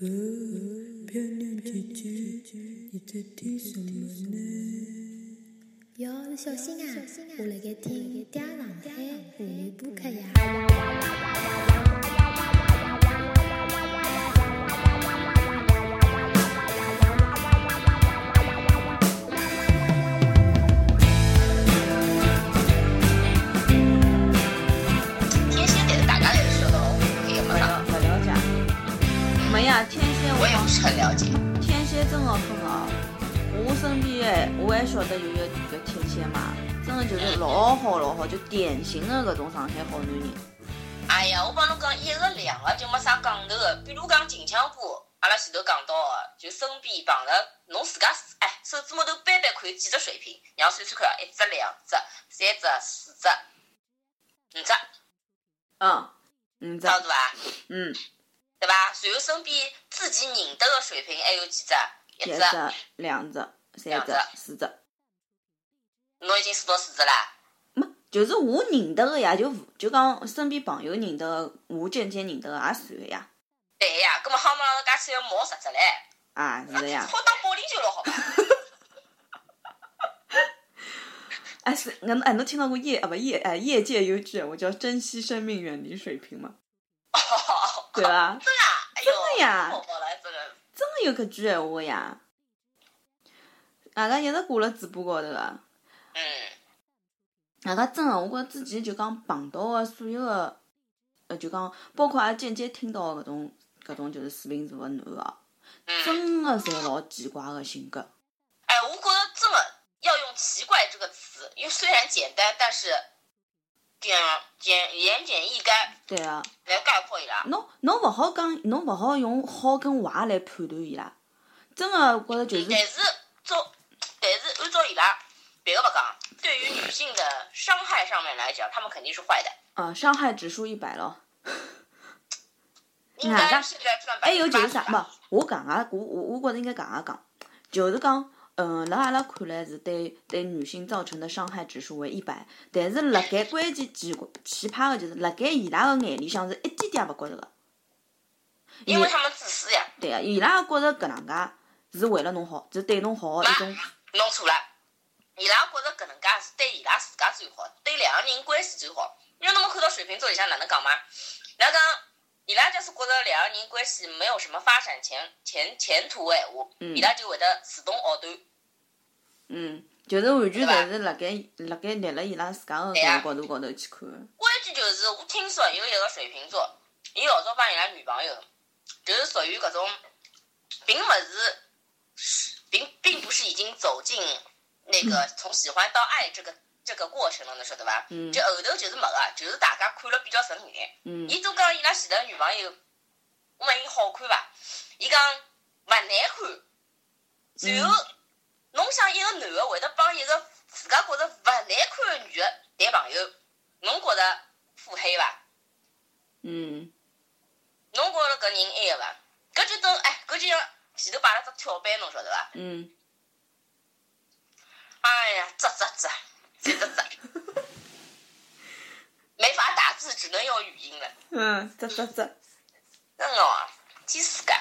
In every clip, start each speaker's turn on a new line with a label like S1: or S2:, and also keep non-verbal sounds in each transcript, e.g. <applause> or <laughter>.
S1: 哦，漂亮姐姐，你在听什么呢？
S2: 哟，你小心啊！我辣盖听《嗲上海妇女播客》呀。
S3: 天蝎给大家来说的，我也
S4: 不
S3: 没
S4: 了
S3: 上，
S4: 不了解。没呀，天蝎
S3: 我也
S4: 我
S3: 不是很了解。
S4: 天蝎真的很好。我身边我还晓得有一个搿天蝎嘛，真的就是老好老好，就典型的搿种上海好男人。
S3: 哎呀，我帮侬讲，一个两个就没啥讲头的。比如讲近腔部，阿拉前头讲到的，就身边碰着侬自家哎手指拇头掰掰看有几只水平，然后算算看，一只、两只、三只、四只、五只，
S4: 嗯，嗯，这
S3: 差不多吧？
S4: 嗯，
S3: 对伐？然后身边自己认得的水平还有几只？一
S4: 一
S3: 只，
S4: 只、两只、三
S3: 两
S4: 只
S3: 只、
S4: 四只，
S3: 侬已经数到四只啦。
S4: 没就是我认得的呀，就就讲身边朋友认得的，我间接认得的也算的呀。
S3: 对呀，葛么夯忙啷个加起来毛十只唻？
S4: 啊，是的 <laughs> 呀。
S3: 好当保龄球了，好伐？
S4: 哎是，那哎，侬听到过业啊不业哎业界有句我叫珍惜生命，远离水瓶嘛，
S3: <laughs>
S4: 对吧？
S3: 真的啊？哎呦，
S4: 真的呀
S3: 好好了，真的。
S4: 真的有搿句闲话呀！啊外加一直挂辣嘴巴高头啊！
S3: 嗯，
S4: 外加真的，我觉着之前就讲碰到的所有的，呃，就讲包括也间接听到的搿种搿种就是水瓶座的男的啊，
S3: 嗯，
S4: 真的侪老奇怪的性格。
S3: 哎，我觉得这么要用“奇怪”这个词，因为虽然简单，但是简简言简意赅
S4: 对啊，
S3: 来概括伊拉。
S4: 侬侬勿好讲，侬勿好用好跟坏来判断伊拉，真的觉着就是
S3: 但是照，但是按照伊拉，别个勿讲，对于女性的伤害上面来讲，他们肯定是坏的。
S4: 呃伤害指数一百咯。
S3: 应
S4: 哪
S3: 该
S4: 个
S3: 现在占百分
S4: 还哎有
S3: 之
S4: 就
S3: 八
S4: 是
S3: 十
S4: 啥？
S3: 吧。
S4: 不，我讲啊，我我我觉着应该讲啊讲，就是讲，嗯，辣阿拉看来是对对女性造成的伤害指数为一百，但是辣盖关键奇奇葩的就是辣盖伊拉的眼里向是一点点也勿觉着个，
S3: 因为
S4: 伊
S3: 他们自私呀，
S4: 对个，啊伊拉觉着搿能介是为了侬好，是对侬好的一种，
S3: 弄错了。伊拉觉着搿能介是对伊拉自家最好，对两个人关系最好。因为侬们看到水瓶座里向哪能讲嘛？伊拉讲，伊拉就是觉着两个人关系没有什么发展前前前途的闲话，
S4: 嗯
S3: 伊拉就会得自动咬断。
S4: 嗯，就是完全侪
S3: 对
S4: 是辣盖辣盖立辣伊拉自家的
S3: 对啊呀
S4: 搿个角度高头去看的，
S3: 关键就是我听说有一个水瓶座，伊老早帮伊拉女朋友，就是属于搿种，并勿是，并并不是已经走进那个从喜欢到爱这个这个过程了，侬晓得伐？
S4: 嗯
S3: 就后头就是没个，就是大家看了比较顺眼。
S4: 嗯
S3: 伊都讲伊拉前头女朋友，我问伊好看伐？伊讲勿难看。然后，侬想一个男的会得帮一个自家觉着勿难看的女的谈朋友，侬觉着腹黑伐？
S4: 嗯，
S3: 侬觉着搿人埃个伐？搿就等哎，搿就像前头摆了只跳板，侬晓得伐？
S4: 嗯，
S3: 哎呀，这这这，这这这，没法打字，只能用语音了。
S4: 嗯，这这这。
S3: 真个哦，气死个！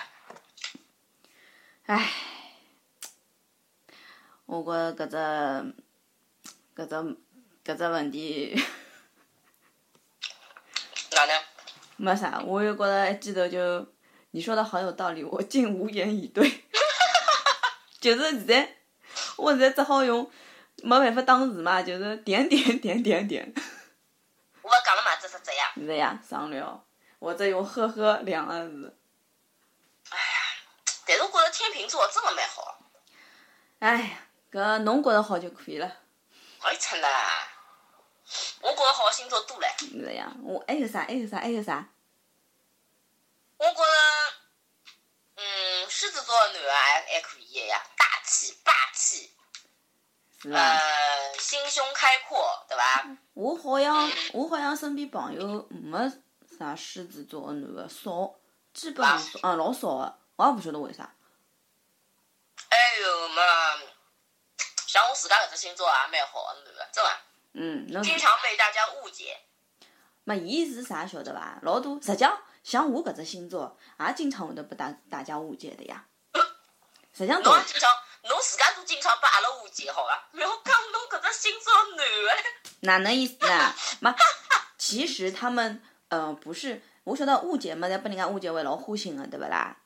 S4: 唉，我觉着搿只搿只搿只问题
S3: 哪能？
S4: 没啥，我又觉着一记头就你说的很有道理，我竟无言以对。 <laughs> 就是现在，我现在只好用没办法当时嘛，就是点点点点点，
S3: 我勿讲了嘛，这这这呀。
S4: 是的呀，上了，我再用呵呵两个字。
S3: 但是我觉着天秤座真的蛮好，
S4: 哎呀，搿侬觉着好就可以了，
S3: 哎出啦！我觉着好星座多嘞，
S4: 是的呀。我还有啥？还有啥？还有啥？
S3: 我觉着，嗯，狮子座的男的还还可以的呀，大气霸气，
S4: 是伐？
S3: 呃，心胸开阔，对伐？
S4: 我好像我好像身边朋友没啥狮子座的男的少，基本上少，嗯，老少的，我也勿晓得为啥。
S3: 哎哟嘛，像啊我自家搿只星座也蛮好的男的，真的，
S4: 嗯，那
S3: 经常被大家误解。
S4: 么伊是啥晓得伐？老多实际上像我搿只星座，也经常会得被大大家误解的呀。实际上
S3: 侬
S4: 大
S3: 也经常，侬自家都经常把阿拉误解，好伐？勿要讲侬搿只星座男的嘞，
S4: 哪能意思 <laughs> 呢？嘛，其实他们呃不是，我晓得误解嘛，侪被人家误解为老花心的，对不啦？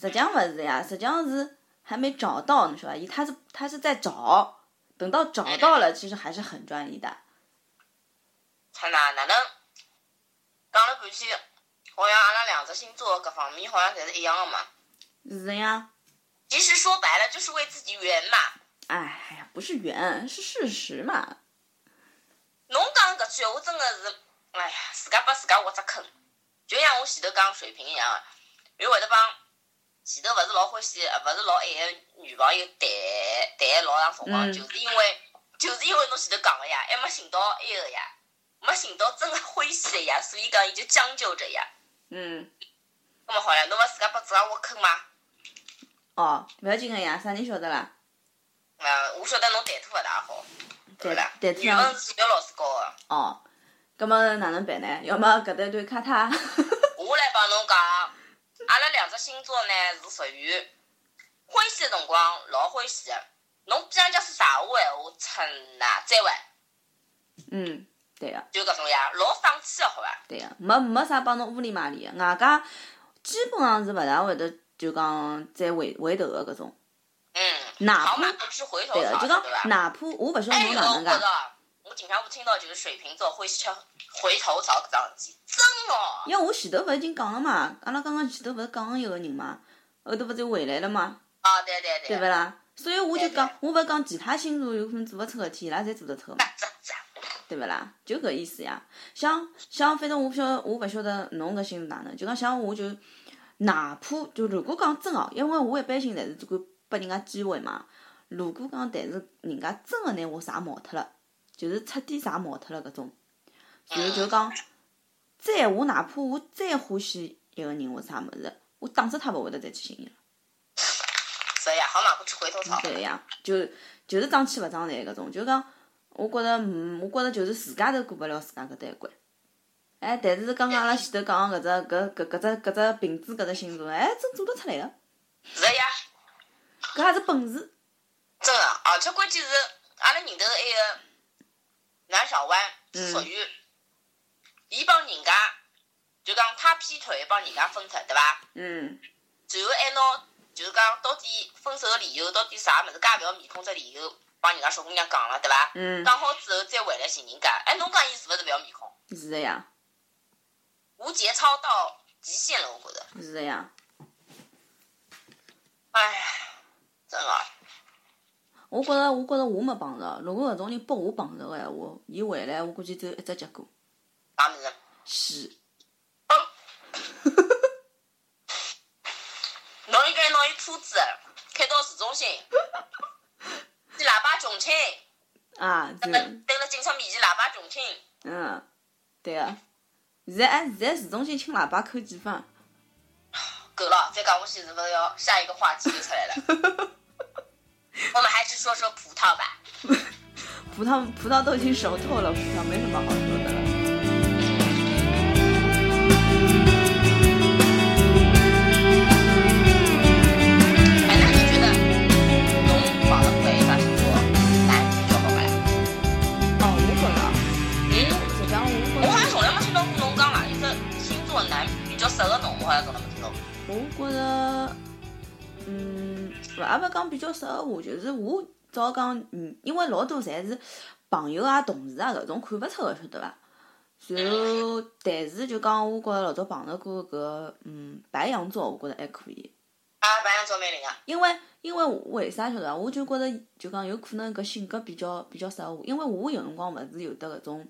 S4: 实际上不是呀，实际上是还没找到，你说吧？伊他是他是在找，等到找到了，其实还是很专一的。
S3: 他哪哪能？讲了半天，好像阿拉两只星座搿方面好像侪是一样的嘛。
S4: 是呀，
S3: 其实说白了就是为自己圆嘛。
S4: 哎哎呀，不是缘，是事实嘛。
S3: 侬讲搿句闲话真个是，哎呀，自家拨自家挖只坑。就像我前头讲水瓶一样啊，伊会得帮前头勿是老欢喜，呃勿是老爱个女朋友谈谈老长辰光，
S4: 嗯
S3: 就是因为就是因为侬前头讲个呀，还没寻到埃个呀，没寻到真个欢喜个呀，所以讲伊就将就着呀。
S4: 嗯，
S3: 那么好了，侬勿自家拨自家挖坑吗？
S4: 哦，不要紧个呀，啥人晓得啦？
S3: 呃，我晓得侬谈吐勿大好，对
S4: 对
S3: 勿啦？
S4: 对
S3: 语文是体育老师教个。
S4: 哦，葛么哪能办呢？要么搿搭对卡他，
S3: 我来帮侬讲，阿拉两只星座呢是属于欢喜的辰光老欢喜的，侬边浪讲说啥话闲话，蹭呐再会，
S4: <laughs> 嗯，对个、
S3: 就搿种呀，老放弃的好伐？
S4: 对个、没没啥帮侬乌里麻里个，外加基本上是勿大会得就讲再回回头个搿种。
S3: 嗯，
S4: 哪
S3: 好
S4: 怕
S3: 马不吃回头
S4: 对个、
S3: 草，
S4: 就
S3: 对
S4: 讲
S3: 伐？
S4: 哪怕我勿晓得
S3: 还
S4: 侬
S3: 有
S4: 哪
S3: 我
S4: 能
S3: 觉
S4: 介，
S3: 着，我经常会听到就是水瓶座欢喜吃回头草搿桩事体，真哦，
S4: 因为我前头勿是已经讲了嘛，阿拉刚刚前头勿是讲了一个人嘛，后头勿是回来了嘛，
S3: 啊对对
S4: 对
S3: 对，
S4: 勿啦？所以我就
S3: 对对
S4: 讲，我勿讲其他星座有可能做勿出个事体，伊拉侪做得出个嘛。
S3: 这这
S4: 对勿啦？就搿意思呀。像像，反正我不晓得，我勿晓得侬搿星座哪能。就讲像我就，哪怕就如果讲真哦，因为我一般性侪是只管拨人家机会嘛。如果讲但是人家真个拿我啥毛脱了，就是彻底啥毛脱了搿种，就就
S3: 嗯
S4: 讲，再我哪怕我再欢喜一个人或啥物事，我打死他勿会得再去寻伊了。
S3: 是呀，啊好马不吃回头草，
S4: 对呀，就就是长气勿长财搿种，就讲我觉着，嗯，我觉着就是自家都过勿了自家搿搭一关。哎，但是刚刚阿拉前头讲个搿只搿搿搿只搿只瓶子搿只星座，哎，真做得出来个，
S3: 是呀。
S4: 搿也是本事。
S3: 真的，而且关键是阿拉认得的埃个男小弯是属于，伊帮人家就讲他劈腿帮人家分手，对伐？
S4: 嗯，
S3: 然后还拿就是讲到底分手的理由到底啥物事，介勿要面孔只理由帮人家小姑娘讲了，对伐？
S4: 嗯
S3: 讲好之后再回来寻人家，哎，侬讲伊是勿是勿要面孔？
S4: 是的呀，
S3: 无节操到极限了，我觉着。
S4: 是的呀。
S3: 哎呀，真的，
S4: 我觉着，我觉着我没碰着。如果搿种人拨我碰着个闲话，伊回来我估计只有一只结果，
S3: 啥物事？
S4: 死。
S3: 侬应该拿伊车子开到市中心，去喇叭穷亲。
S4: 啊，
S3: 那
S4: 这
S3: 么蹲辣警察面前喇叭穷听，
S4: 嗯，对个、现在哎，现在市中心清喇叭扣几分啊？
S3: 够了。再讲下去是不是要下一个话题就出来了？我们还是说说葡萄吧。
S4: 葡萄葡萄都已经熟透了，葡萄没什么好说的了。
S3: 哎，那你觉得侬放了会啥星座男女比较好办？
S4: 哦，我觉着，
S3: 嗯，
S4: 实际上
S3: 我好
S4: 我
S3: 像从来没听到过啊侬讲哪一只星座男比较适合侬，我好像从来没听到过。
S4: 觉着，我觉着，嗯，勿也勿讲比较适合我，就是我早讲，嗯，因为老多侪是朋友啊、同事啊搿种看勿出个，晓得伐？然后，但是就讲，我觉着老早碰着过搿，嗯，白羊座，我觉着还可以。
S3: 啊，白羊座蛮灵啊。
S4: 因为因为为啥晓得啊伐？我就觉着就讲有可能搿性格比较比较适合我，因为我有辰光勿是有得搿种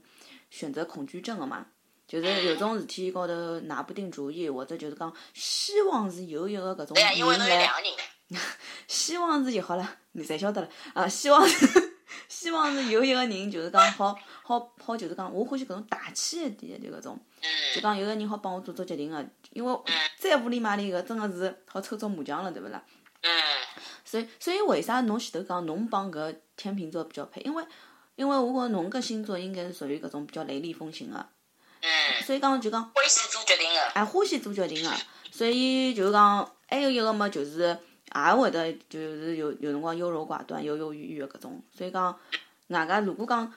S4: 选择恐惧症个嘛，就是有种事体高头拿不定主意，或者就是讲希望是有一个搿种
S3: 对哎呀，因为侬有
S4: 人来
S3: 两个人。
S4: 希望是就 <laughs> 好了，你侪晓得了啊！希望 <laughs> 希望是有一个人就是讲好好好就是讲我欢喜搿种大气一点的就搿种。就
S3: 嗯，
S4: 讲有个人好帮我做做决定个，因为再无理嘛里个真个是好抽抽麻将了，对勿啦？
S3: 嗯，
S4: 所以，所以为啥侬前头讲侬帮搿天秤座比较配？因为，因为我觉着侬搿星座应该是属于搿种比较雷厉风行个、
S3: 嗯，
S4: 所以讲就讲
S3: 欢喜做决定的，
S4: 哎，欢喜做决定个，所以就是讲，还有一个嘛，就是也会得就是有有辰光优柔寡断、犹犹豫豫个搿种。所以讲，外加如果讲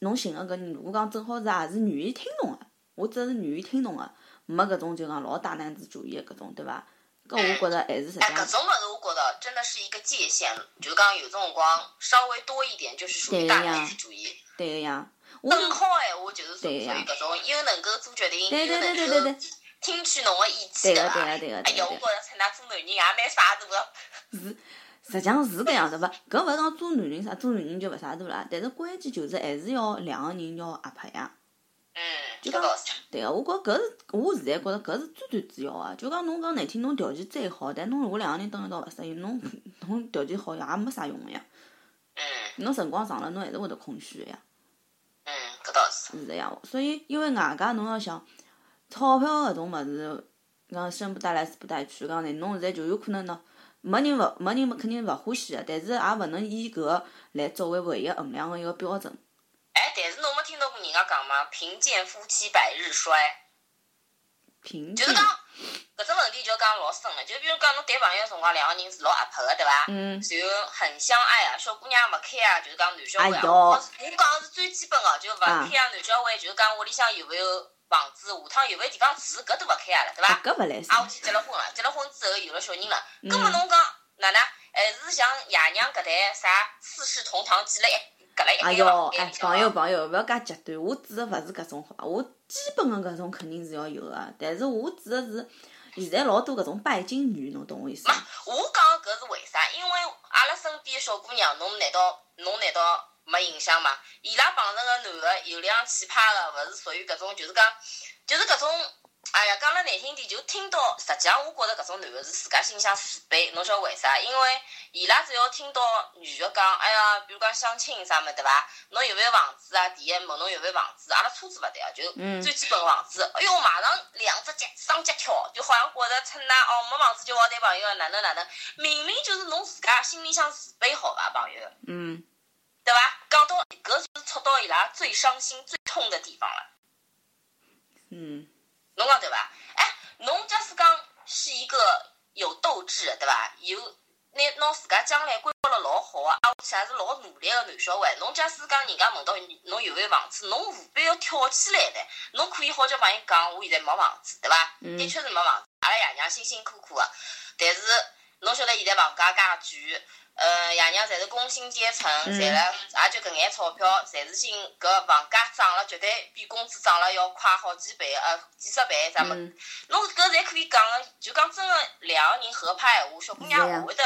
S4: 侬寻个搿人，如果讲正好是也是愿意听侬个，我只是愿意听侬个，没搿种就讲老大男子主义个搿种，对伐？搿我觉着还是实际
S3: 哎，
S4: 上
S3: 搿种物事我觉着真的是一个界限，就是讲有种辰光稍微多一点，就是属于大
S4: 对呀
S3: 男子主义。
S4: 对个呀。我
S3: 更好的闲话就是属
S4: 对
S3: 于
S4: 呀
S3: 搿种又能够做决定，
S4: 对
S3: 又
S4: 对对
S3: 能
S4: 对
S3: 够
S4: 对对，
S3: 听取侬的意见
S4: 对个
S3: 伐？
S4: 对个对个
S3: 哎
S4: 对
S3: 呀，
S4: 个
S3: 我
S4: 对
S3: 觉
S4: 个。
S3: 着趁㑚做男人也蛮傻大的。
S4: 实际上是搿样子伐？搿勿是讲做男人啥，做男人就勿啥大啦。但是关键就是还是要两个人要合拍呀。
S3: 嗯，
S4: 就
S3: 搿
S4: 讲
S3: 倒是。
S4: 对啊个，我觉搿是我现在觉着搿是最最主要个、就讲侬讲难听，侬条件再好，但侬如果两个人蹲一道勿适应，侬 <laughs> 侬条件好也没啥用个呀。
S3: 嗯
S4: 侬辰光长了，侬还是会得空虚个呀，
S3: 嗯，搿倒是。
S4: 是这样的。所以，因为外加侬要想，钞票搿种物事，讲生不带来死不带去，讲呢，侬现在就有可能呢，没人勿没人肯定勿欢喜个，但是也勿能以搿个来作为唯一衡量个一个标准。
S3: 哎，但是侬没听到过人家讲吗？贫贱夫妻百日衰，
S4: 凭
S3: 就
S4: 借
S3: 是，讲搿只问题就讲老深了。就比如讲侬谈朋友的辰光，两个人是老合拍的，对伐？
S4: 嗯，
S3: 然后很相爱啊，小姑娘勿开啊，就是讲男小孩
S4: 哎
S3: 啊。
S4: 哟
S3: 我我讲的是最基本的，就勿开
S4: 啊
S3: 啊，男小孩就是讲屋里向有没有房子，下趟有没有地方住，搿都勿开啊了，对伐
S4: 啊？搿勿来
S3: 啊，我
S4: 三，
S3: 去结了婚了，结了婚之后有了小人了，
S4: 嗯
S3: 根么侬讲哪能？还是像爷娘搿代啥四世同堂记了一搿了一
S4: 哎
S3: 代
S4: 哟，
S3: 咯
S4: 哎，朋友，朋友，勿要介极端。我指的勿是搿种，好伐？我基本的搿种肯定是要有个，但是我指的是现在老多搿种拜金女，侬懂我意思
S3: 没
S4: 伐？，
S3: 我讲搿是为啥？因为阿拉身边小姑娘，侬难道侬难道没印象吗？伊拉碰着个男的有两奇葩的，勿是属于搿种，就是讲，就是搿种。哎呀，讲了难听点，就听到，实际上我觉着搿种男的是自家心想自卑，侬晓得为啥？因为伊拉只要听到女的讲，哎呀，比如讲相亲啥么对伐？侬有没有房子啊？第一问侬有没有房子？阿拉车子勿对啊，就
S4: 嗯
S3: 最基本的房子。哎哟，马上两只脚双脚跳，就好像觉着趁㑚哦没房子就勿好谈朋友了，哪能哪能？明明就是侬自家心里向自卑好伐，朋友，
S4: 嗯，
S3: 对伐？讲到搿就是戳到伊拉最伤心、最痛的地方了。
S4: 嗯，
S3: 侬讲对伐？哎，侬假使讲是一个有斗志的，对伐？有拿拿自家将来规划了老好啊，啊，且是老努力个男小孩。侬假使讲人家问到你侬有没有房子，侬何必要跳起来呢？侬可以好叫帮伊讲，我现在没房子，对伐？
S4: 嗯
S3: 的确是没房子，阿拉爷娘辛辛苦苦个、但是侬晓得现在房价介贵。呃，爷娘侪是工薪阶层，
S4: 嗯
S3: 侪辣也就搿眼钞票，侪是寻搿房价涨了，绝对比工资涨了要快好几倍，呃，几十倍啥么
S4: 嗯，
S3: 侬搿侪可以讲个，就讲真个两个人合拍闲话，小姑娘勿会得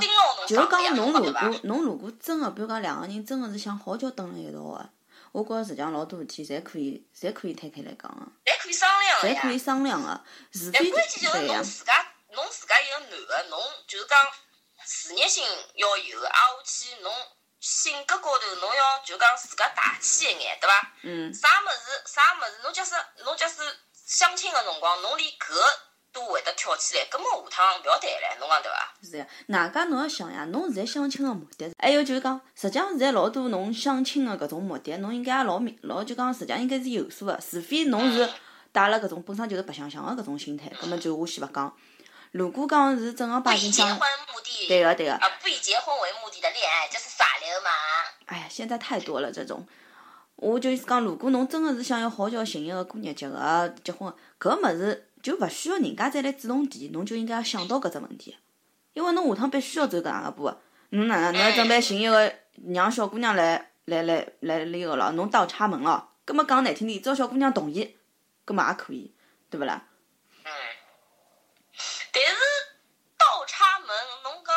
S3: 盯牢侬
S4: 就是
S3: 上
S4: 讲
S3: 班
S4: 侬如
S3: 对伐？
S4: 果侬如果真啊个，比如讲两个人真个是想好久蹲辣一道个，啊我觉着实际上老多事体侪可以，侪可以摊开来讲个，
S3: 侪可以商量个
S4: 侪
S3: 呀
S4: 可。以商量个，除
S3: 但
S4: 非
S3: 关键哎就是
S4: 对呀
S3: 侬，自家，侬自家一个男个，侬就是讲事业心要有，挨下去侬性格高头侬要就讲自家大气一眼，对伐？
S4: 嗯，
S3: 啥物事啥物事，侬假使侬假使相亲个辰光，侬连搿都会得跳起来，根本下趟勿要谈了，侬讲对伐？
S4: 是呀，外加侬要想呀，侬现在相亲个目的，还有就是讲，实际上现在老多侬相亲个搿种目的，侬应该也老明老就讲，实际上应该是有数个，除非侬
S3: 嗯
S4: 是带了搿种本身就是白相相个搿种心态，葛末就我先勿讲。如果讲是正儿
S3: 不
S4: 八
S3: 以
S4: 经
S3: 结
S4: 相
S3: 婚，目的，
S4: 对个对个，
S3: 啊，不以结婚为目的的恋爱，这是耍流氓。
S4: 哎呀，现在太多了这种。我就是讲，如果侬真个是想要好叫寻一个过日脚个结婚个，搿物事就勿需要人家再来主动提，侬就应该想到搿只问题，因为侬下趟必须要走搿能介步个。侬哪能？侬要准备寻一个让小姑娘来来来来那个了，侬倒插门了，葛末讲难听点，只要小姑娘同意，葛末也可以，对勿啦？
S3: 嗯，但是倒插门，侬讲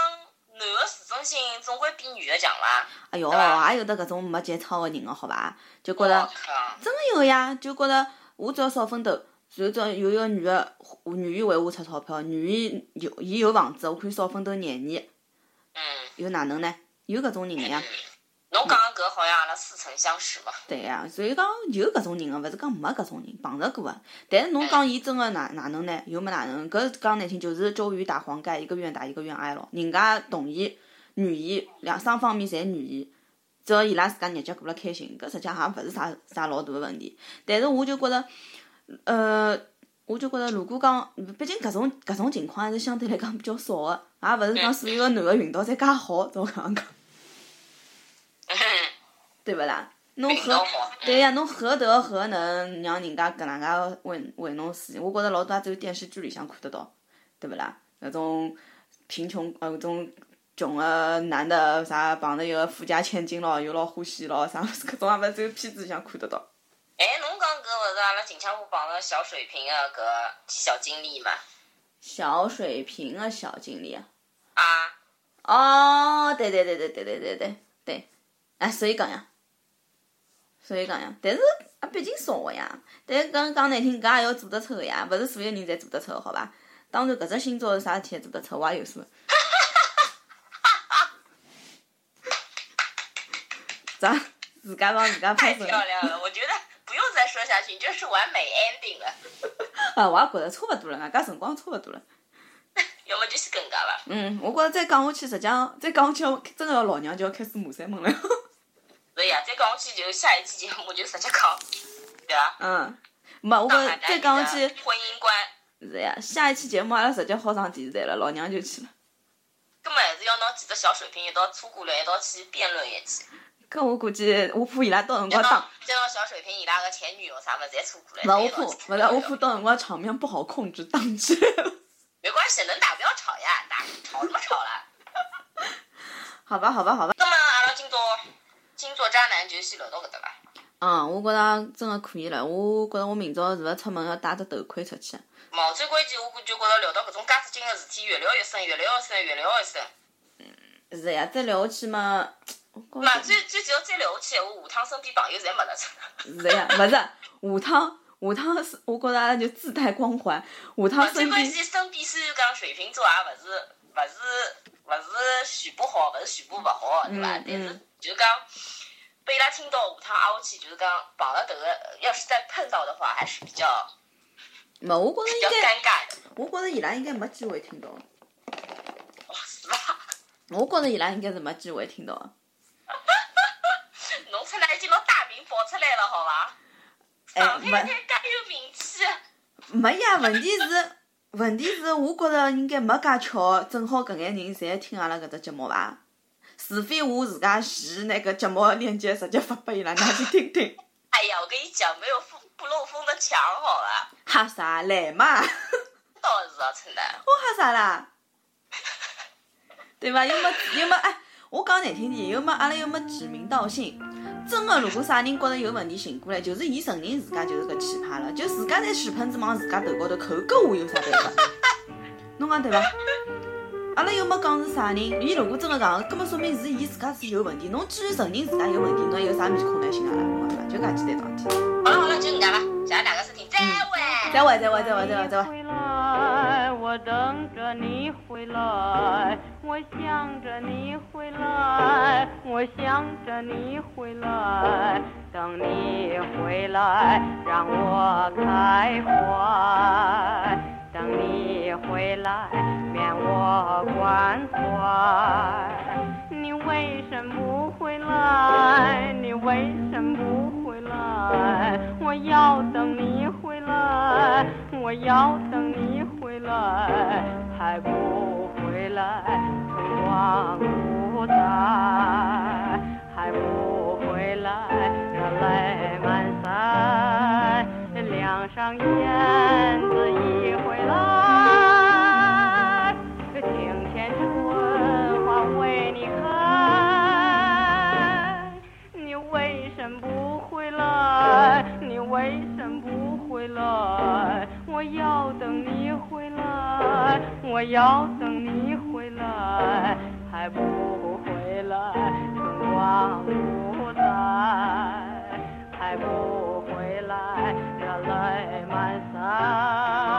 S3: 男的自尊心总归比女的强啦。
S4: 哎哟，
S3: 对吧
S4: 也有得搿种没节操个人哦个，好伐？就觉着
S3: 我。靠，
S4: 真的有呀，就觉着我只要少奋斗，然后只要有一个女的愿意为我出钞票，愿意有伊有房子，我可以少奋斗廿年，
S3: 嗯，
S4: 又哪能呢？有搿种人个呀，
S3: 侬讲的搿好像阿拉似曾相识 <laughs> 嘛。
S4: 对呀，所以讲有搿种人个，勿是讲没搿种人碰着过个。但是侬讲伊真个哪哪能呢？又没哪能，搿讲难听就是周瑜打黄盖，一个愿打一个愿挨咯。人家同意、愿意，两双方面侪愿意，只要伊拉自家日脚过了开心，搿实际上也勿是啥啥老大个问题。但是我就觉着，呃，我就觉着，如果讲，毕竟搿种搿种情况还是相对来讲比较少个，也勿是讲所有个男个运道侪介好，照搿样讲，
S3: 嗯
S4: 对勿啦？侬
S3: 运道
S4: 何
S3: 好，
S4: 对呀，侬何德何能让人家搿能介为为侬事情？我觉着老多也只有电视剧里向看得到，对勿啦？搿种贫穷呃，搿种穷个男的啥碰着一个富家千金咯，又老欢喜咯，啥 <laughs> 搿种也勿是只有片子里向看得到。
S3: 哎，侬讲搿勿是阿拉近腔部碰着小水平个搿小经历嘛？
S4: 小水瓶个小经理啊，
S3: 啊，
S4: 哦，对对对对对对对对对，哎，所以讲呀，所以讲呀，但是啊，毕竟少个呀，但是讲讲难听，搿也要做得出个呀，勿是所有人侪做得出个，好伐？当然，搿只星座是啥事体也做得出，我也有数。咋？自家帮自家
S3: <laughs> 太
S4: 拍手
S3: 漂？亮了！我觉得不用再说下去，你这是完美 ending 了。
S4: <laughs> 啊，我也觉着差勿多了，外加辰光差勿多了。
S3: 要么就是搿能介伐？
S4: 嗯，我觉着再讲下去，实际上再讲下去，真个要老娘就要开始骂三门了。 <laughs>
S3: 对呀，再讲下去就下一期节目就直接讲，对伐？
S4: 嗯，没，我
S3: 上
S4: 觉
S3: 海
S4: 再讲下去，
S3: 婚姻观，
S4: 是呀，下一期节目阿拉直接好上电视台了，老娘就去了。
S3: 根本还是要拿几只小水瓶一道搓过来，一道去辩论一记。
S4: 搿我估计，我怕伊拉到辰
S3: 再
S4: 光打
S3: 拿，再拿小水瓶伊拉个前女友啥么侪搓过来。
S4: 勿我
S3: 再一道去
S4: 怕，勿是我怕到辰光场面不好控制，打
S3: <laughs>
S4: 起来了。
S3: 没关系，能打不要吵呀，打吵什么吵啦？
S4: 好吧，好吧，好吧。
S3: 那么阿拉今朝今朝渣男就先聊到搿搭伐？
S4: 嗯，我觉着真个可以了。我觉着我明朝是勿是出门要戴只头盔出去？
S3: 毛最关键，我就觉着聊到搿种加子劲个事体，越聊越深，越聊越深，越聊越深。
S4: 是呀，再聊下去嘛，我
S3: 嘛，
S4: 觉
S3: 最
S4: 着
S3: 最主要再聊下去，我下趟身边朋友侪没了。
S4: 是呀，勿是下趟。下趟是，我觉着阿拉就自带光环。下
S3: 嘛
S4: 趟
S3: 最
S4: 身
S3: 关
S4: 边
S3: 键，身边虽然讲水瓶座也勿是勿是勿是全部好，勿是全部勿好，对伐
S4: 嗯？
S3: 但是
S4: 嗯
S3: 就是讲被伊拉听到下趟挨下去，就是讲碰了头个，呃要是再碰到的话，还是比较
S4: 没，我觉着
S3: 比较
S4: 应该，
S3: 尴尬的，
S4: 我觉着伊拉应该没机会听到。
S3: <laughs> 是伐？
S4: 我觉着伊拉应该是没机会听到的。
S3: 侬出来已经拿大名报出来了，好伐？
S4: 哎
S3: <laughs> 上海
S4: 没
S3: 人介有名气，啊
S4: 没呀，问题是， <laughs> 问题是，我觉着应该没介巧，正好搿眼人侪听阿拉搿只节目伐？除非我自家前拿搿节目个链接直接发拨伊拉，㑚去听听。 <laughs>
S3: 哎呀，我跟你讲，没有风不漏风的墙，好伐？
S4: 吓啥来嘛？我
S3: 倒是啊，真的。
S4: 吓啥啦？ <laughs> 对伐？又没又没哎，我讲难听点，又没阿拉又没指名道姓。真个，如果啥人觉着有问题寻过来，就是伊承认自家就是搿奇葩了，就自家拿屎盆子往自家头高头扣，搿我有啥办法？侬讲对伐？阿拉又没讲是啥人，伊如果真个讲，搿么说明是伊自家是有问题。侬既然承认自家有问题，侬还有啥面孔来寻阿拉？侬讲对伐？就搿简单桩事体。
S3: 好了好了，就搿能介伐？谢谢大家收听，再会。
S4: 再会，再会，再会，再会，再会。
S5: 回来，我等着你回来，我想着你回来，我想着你回来，等你回来让我开怀，等你回来免我关怀。你为什么不回来？你为什么不回来？我要等你回来，我要等你回来，还不回来，春光不再，还不回来，热泪满腮，两上燕子一回来。这庭前春花为你开，你为什么不回来？你为什么不回来？我要等你回来，我要等你回来，还不回来，春光不再，还不回来，热泪满腮。